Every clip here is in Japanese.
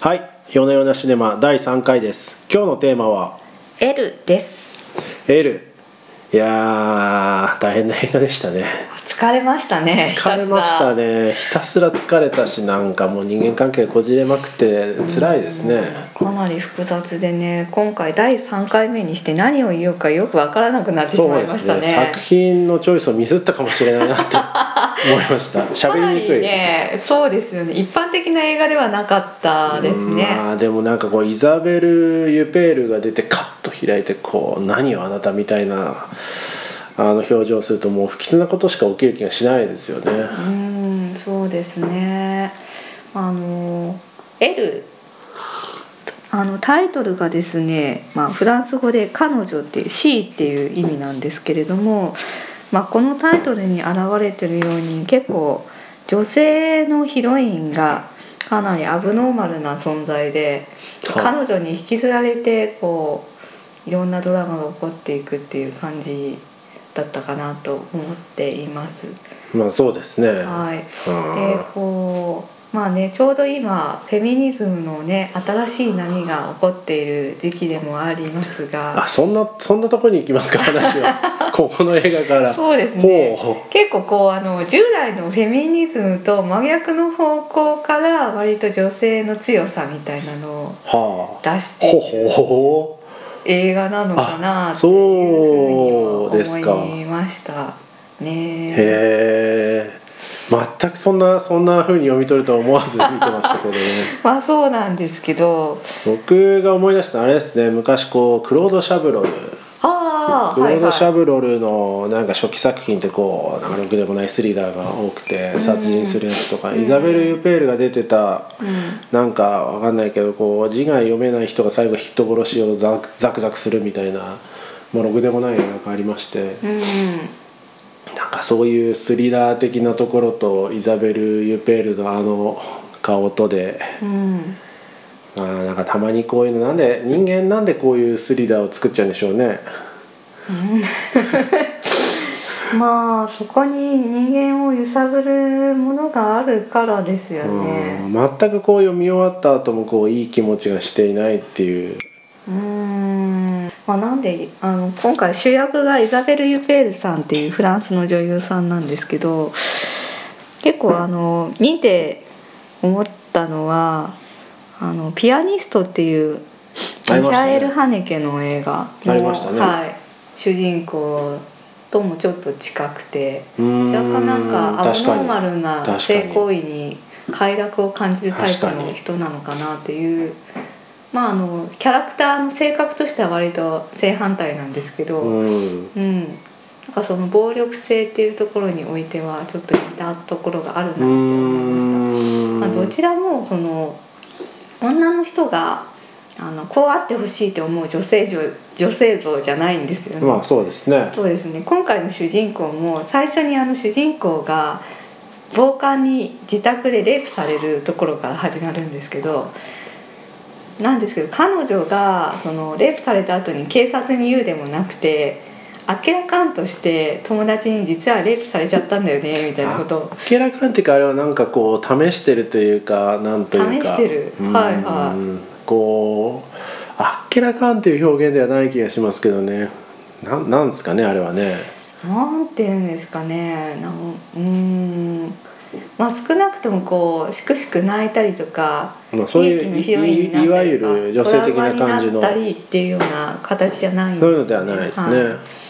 はい、夜な夜なシネマ第3回です。今日のテーマは L ですエル。いやー、大変な映画でしたね。疲れましたねひ疲たれすらましたね。ひたすら疲れたし、なんかもう人間関係こじれまくって辛いですね。かなり複雑でね今回第3回目にして何を言おうかよくわからなくなってしまいましたね作品のチョイスをミスったかもしれないなって思いました。喋りに かなくい。りねそうですよね一般的な映画ではなかったですね、まあでもなんかこうイザベル・ユペールが出てカッと開いてこう「何をあなた」みたいなあの表情をするともう不吉なことしか起きる気がしないですよね。うんそうですねあの L あのタイトルがですね、まあ、フランス語で「彼女」っていう「C」っていう意味なんですけれども、まあ、このタイトルに現れてるように結構女性のヒロインがかなりアブノーマルな存在ではい彼女に引きずられてこういろんなドラマが起こっていくっていう感じだったかなと思っています。まあそうですね。はいうんでこうまあねちょうど今フェミニズムのね新しい波が起こっている時期でもありますあがそんなそんなとこに行き ますか話はここの映画から。そうですねほうほ結構こうあの従来のフェミニズムと真逆の方向から割と女性の強さみたいなのをはあ。出してほいほるほ。映画なのかなあっていそううですふうにかは思いましたね。へえ。全くそんなそんな風に読み取るとは思わず見てましたけどね。まあそうなんですけど僕が思い出したのはあれですね昔こうクロード・シャブロルああクロはいーはド・いシャブロルのなんか初期作品ってこうなんかろくでもないスリラーが多くて殺人するやつとかイザベル・ユペールが出てたうんなんかわかんないけどこう字が読めない人が最後人殺しをザクザクザクするみたいなもうろくでもない映画がありましてうんなんかそういうスリラー的なところとイザベル・ユペールのあの顔とでうんあーなんかたまにこういうのなんで人間なんでこういうスリラーを作っちゃうんでしょうねまあそこに人間を揺さぶるものがあるからですようね。ん全くこう読み終わった後もこういい気持ちがしていないっていううーんまあ、なんであの今回主役がイザベル・ユペールさんっていうフランスの女優さんなんですけど結構あの見て思ったのは「あのピアニスト」っていうありましミヒたねャエル・ハネケの映画ありましたねはい、主人公ともちょっと近くて。うーん若干なんかアブノ確かーにマルな性行為に快楽を感じるタイプの人なのかなっていうまああのキャラクターの性格としては割と正反対なんですけど、うんうんなんかその暴力性っていうところにおいてはちょっと似たところがあるなっうて思いました。ーんまあ、どちらもその女の人があのこうあってほしいと思う女性像女性像じゃないんですよね。まあそうですねそうですね今回の主人公も最初にあの主人公が暴漢に自宅でレイプされるところから始まるんですけどなんですけど彼女がそのレイプされた後に警察に言うでもなくて明らかんとして友達に「実はレイプされちゃったんだよね」みたいなことを明らかんっていうかあれはなんかこう試してるというかなんというか試してるうんはいはこう明らかんっていう表現ではない気がしますけどねなんなんですかねあれはねなんて言うんですかねなんうーんまあ少なくともこうしくしく泣いたりとか、まあそういう悲劇のヒロインになったりとかいいわゆる女性的な感じのトラウマになったりっていうような形じゃないんそういうのではないですね、は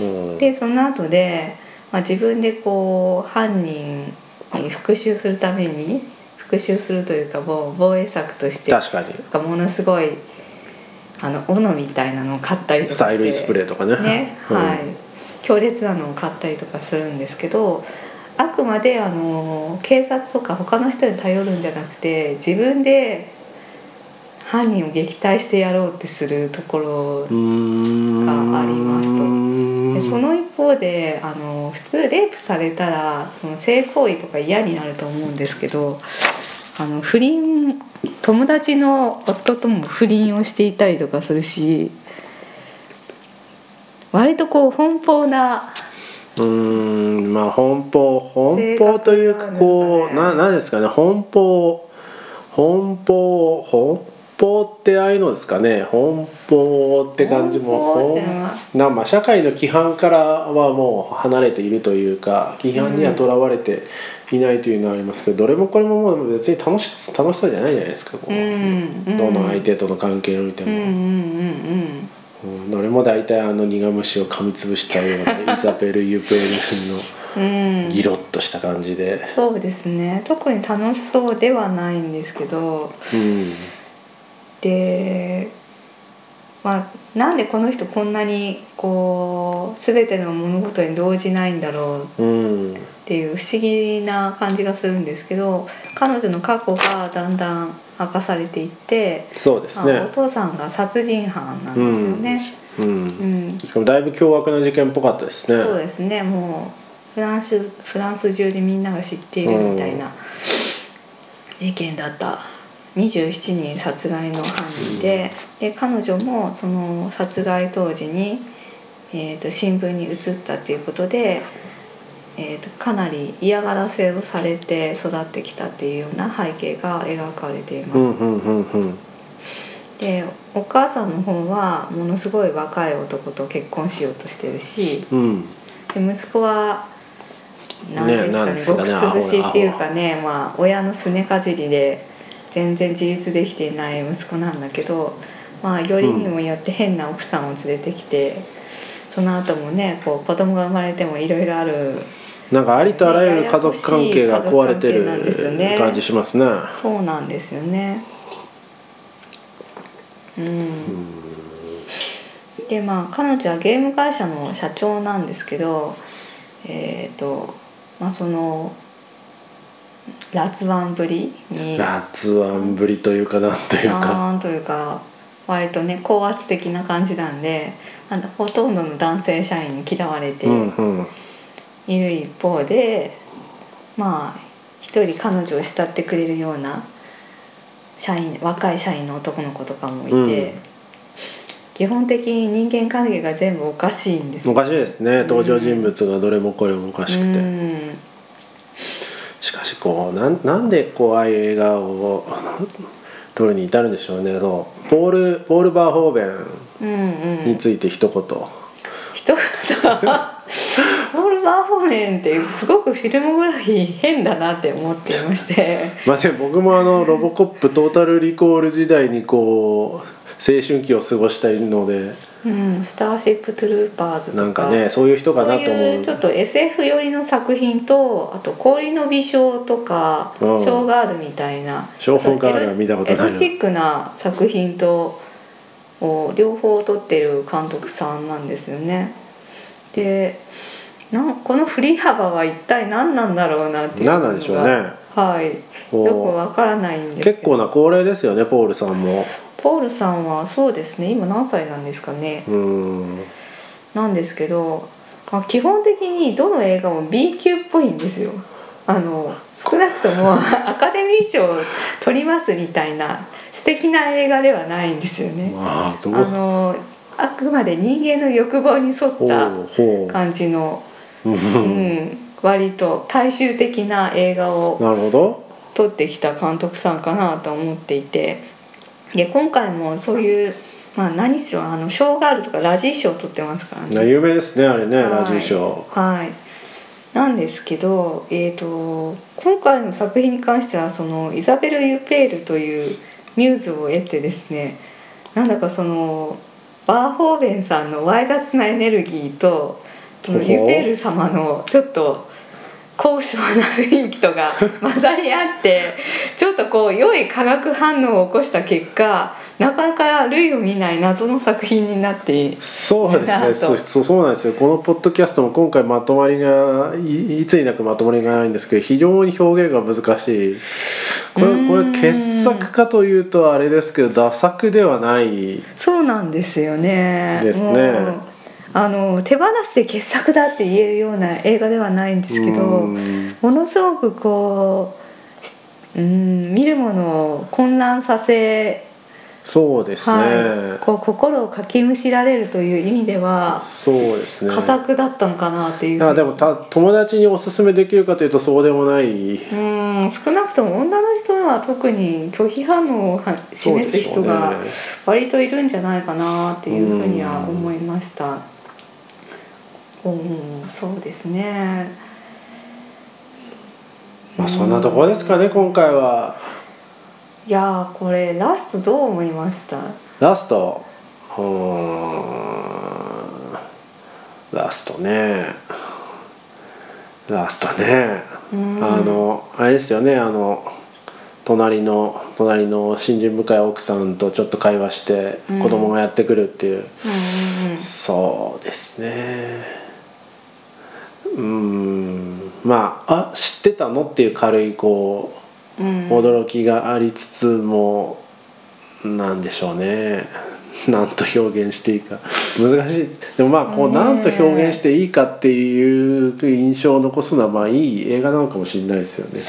うんいでその後で、まあ、自分でこう犯人に復讐するために復讐するというかもう防衛策として確かになんかものすごいあの斧みたいなのを買ったりとかスしてタイルイスプレーとかねね、うんはい、強烈なのを買ったりとかするんですけどあくまであの警察とか他の人に頼るんじゃなくて自分で犯人を撃退してやろうってするところががありますとでとその一方であの普通レイプされたらその性行為とか嫌になると思うんですけどあの不倫友達の夫とも不倫をしていたりとかするし割とこう奔放なうーんまあ奔放奔性放格というかこうなななんですかね奔放奔放奔放ってああいうのですかね奔放って感じも奔放奔なまあ社会の規範からはもう離れているというか規範にはとらわれていないというのはありますけど、どれもこれももう別に楽し楽しさじゃないじゃないですかこう、うんうんどの相手との関係においてうんうんも、うんどれも大体あの苦虫を噛みつぶしたようなイザベル・ユペールのうんうんうんギロッとした感じで、そうですね特に楽しそうではないんですけどうん、でまあなんでこの人こんなにこう全ての物事に動じないんだろううん、っていう不思議な感じがするんですけど彼女の過去がだんだん明かされていって、そうですまあおね。父さんが殺人犯なんですよね。うんう、んしかもだいぶ凶悪な事件っぽかったですね。そうですねもうフランスフランス中でみんなが知っているみたいな事件だった27人殺害の犯人で,、で彼女もその殺害当時に、えー、と新聞に写ったということで、えー、とかなり嫌がらせをされて育ってきたっていうような背景が描かれています。うんうんうんうん。でお母さんの方はものすごい若い男と結婚しようとしてるし。うん、で息子は何ていうんねなんでですすかかねねごく潰しっていうかねまあ親のすねかじりで全然自立できていない息子なんだけど、まあ、よりにもよって変な奥さんを連れてきて、その後もねこう子供が生まれてもいろいろあるなんかありとあらゆる家族関係が壊れてややこしい家族関係なんですよねる感じしますね。そうなんですよね。うんでまあ彼女はゲーム会社の社長なんですけどえっ、とまあその辣腕ぶりに夏はんぶりというかなんというか。あーというか割とね高圧的な感じなんであのほとんどの男性社員に嫌われてうんうん。いる一方で、まあ一人彼女を慕ってくれるような社員若い社員の男の子とかもいて、うん基本的に人間関係が全部おかしいんですおかしいですね。登場人物がどれもこれもおかしくて。うんしかしこうなんなんでこうああいう映画をなん撮るに至るんでしょうねそうポールポール・バーホーベうんうンにんついて一言、人がポール・バーホーメンってすごくフィルモグラフィー変だなって思っていましてまあでも僕もあの「ロボコップ」「トータル・リコール」時代にこう青春期を過ごしたいのでうん「スターシップ・トゥルーパーズ」とかなんかねそういう人かそうなとい思ううちょっと SF 寄りの作品とあと「氷の微笑」とか「シうんョーガール」みたいなショーガールは見たことないなエロチックな作品とを両方撮ってる監督さんなんですよね。でなんこの振り幅は一体何なんだろうなっていうのが何なんでしょうねはいこうよくわからないんです結けど構な高齢ですよねポールさんもポールさんはそうですね今何歳なんですかねうーんなんですけど、まあ、基本的にどの映画も B 級っぽいんですよあの少なくとも アカデミー賞を取りますみたいな素敵な映画ではないんですよね。まあどあうのあくまで人間の欲望に沿ほったうほ感じの、う、う、うんん、割と大衆的な映画をなるほど撮ってきた監督さんかなと思っていてで今回もそういう、まあ、何しろあのショーガールとかラジー賞を撮ってますからね。有名ですねあれねはいラジーショーはい、なんですけど、えー、と今回の作品に関してはそのイザベル・ユペールというミューズを得てですねなんだかそのバーホーベンさんのわい雑なエネルギーとそのほユほペール様のちょっと高尚な雰囲気とが混ざり合ってちょっとこう良い化学反応を起こした結果なかなか類を見ない謎の作品になってそうで だすなねとそうそうそうなんですよこのポッドキャストも今回まとまりがいいつになくまとまりがないんですけど非常に表現が難しいこうーれんこれ傑作かというとあれですけど打作ではないそうなんですよね。ですねもうあの手放しで傑作だって言えるような映画ではないんですけど、うーんものすごくこうしうん見るものを混乱させそうですね、はい、こう心をかきむしられるという意味ではそうですね佳作だったのかなっていうふうにあでもた友達におすすめできるかというとそうでもないうん少なくとも女の人は特に拒否反応をは示す人がそうでし割といるんじゃないかなっていうふうには思いました。うん、そうですね。まあそんなところですかね今回はいやーこれラストどう思いました。ラストうーんラストねラストねうんあのあれですよねあの隣の隣の信心深い奥さんとちょっと会話してうん子供がやってくるっていう、うんうんうんそうですねうーんまあ「あ知ってたの?」っていう軽いこううん驚きがありつつもなんでしょうね なんと表現していいか難しいでもまあこうねえなんと表現していいかっていう印象を残すのはまあいい映画なのかもしれないですよね。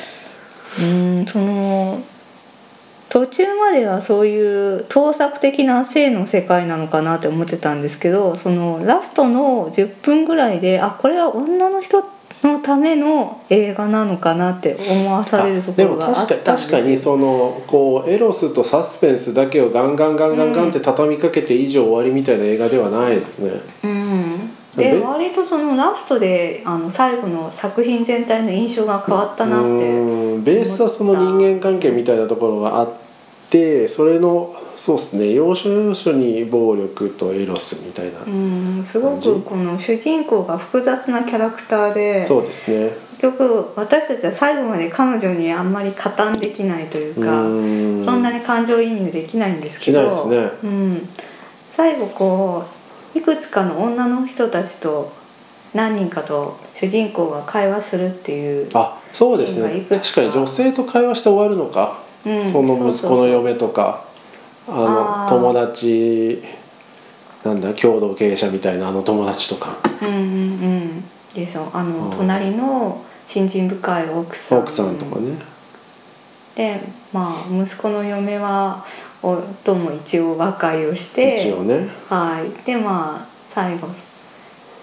うんその途中まではそういう盗作的な性の世界なのかなって思ってたんですけどそのラストの10分ぐらいであこれは女の人のための映画なのかなって思わされるとこでろもがあったん確かでにすよ確かにそのこうエロスとサスペンスだけをガンガンガンガンガンって畳みかけて以上終わりみたいな映画ではないですね。うん、でで割とそのラストであの最後の作品全体の印象が変わったなってうんベースはその人間関係みたいなところがあってそれのそうですね要所要所に暴力とエロスみたいな、うんすご感くじこの主人公が複雑なキャラクターでそうですね結局私たちは最後まで彼女にあんまり加担できないというか、うんそんなに感情移入できないんですけどしないですねうん、最後こういくつかの女の人たちと何人かと主人公が会話するっていう、あそうですシーンねがいくつ確かかに女性と会話して終わるのか、うんその息子の嫁とかあーあの友達なんだ共同経営者みたいなあの友達とかうんうんうんでしょあの、うん隣の新人深い奥さん奥さんとかね、でまあ息子の嫁は夫も一応和解をして一応ねはいでまあ最後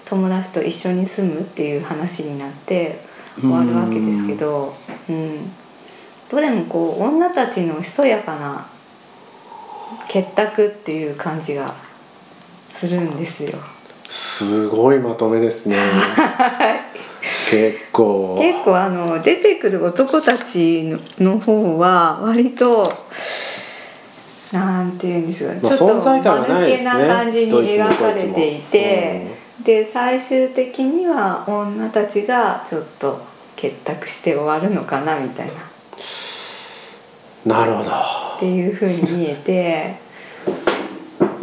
友達と一緒に住むっていう話になって終わるわけですけどうん、どれもこう女たちのひそやかな結託っていう感じがするんですよ。すごいまとめです ね結構結構あの出てくる男たちのの方は割となんていうんですかね、まあちょっと存在感がないですね間抜けな感じにドイツも描かれていドイツても、で最終的には女たちがちょっと結託して終わるのかなみたいなっなるほどていうふうに見えて、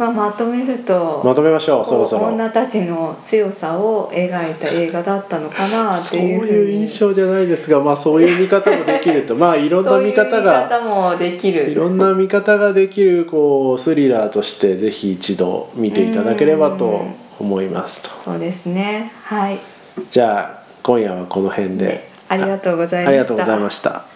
まあ、まとめると。まとめましょうそろそろ女たちの強さを描いた映画だったのかなっそてういうふうにいう印象じゃないですがまあそういう見方もできるとまあいろんなそういう見見方方がもできるいろんな見方ができるこうスリラーとしてぜひ一度見ていただければと思いますとそうですねはいじゃあ今夜はこの辺でありがとうございましたありがとうございました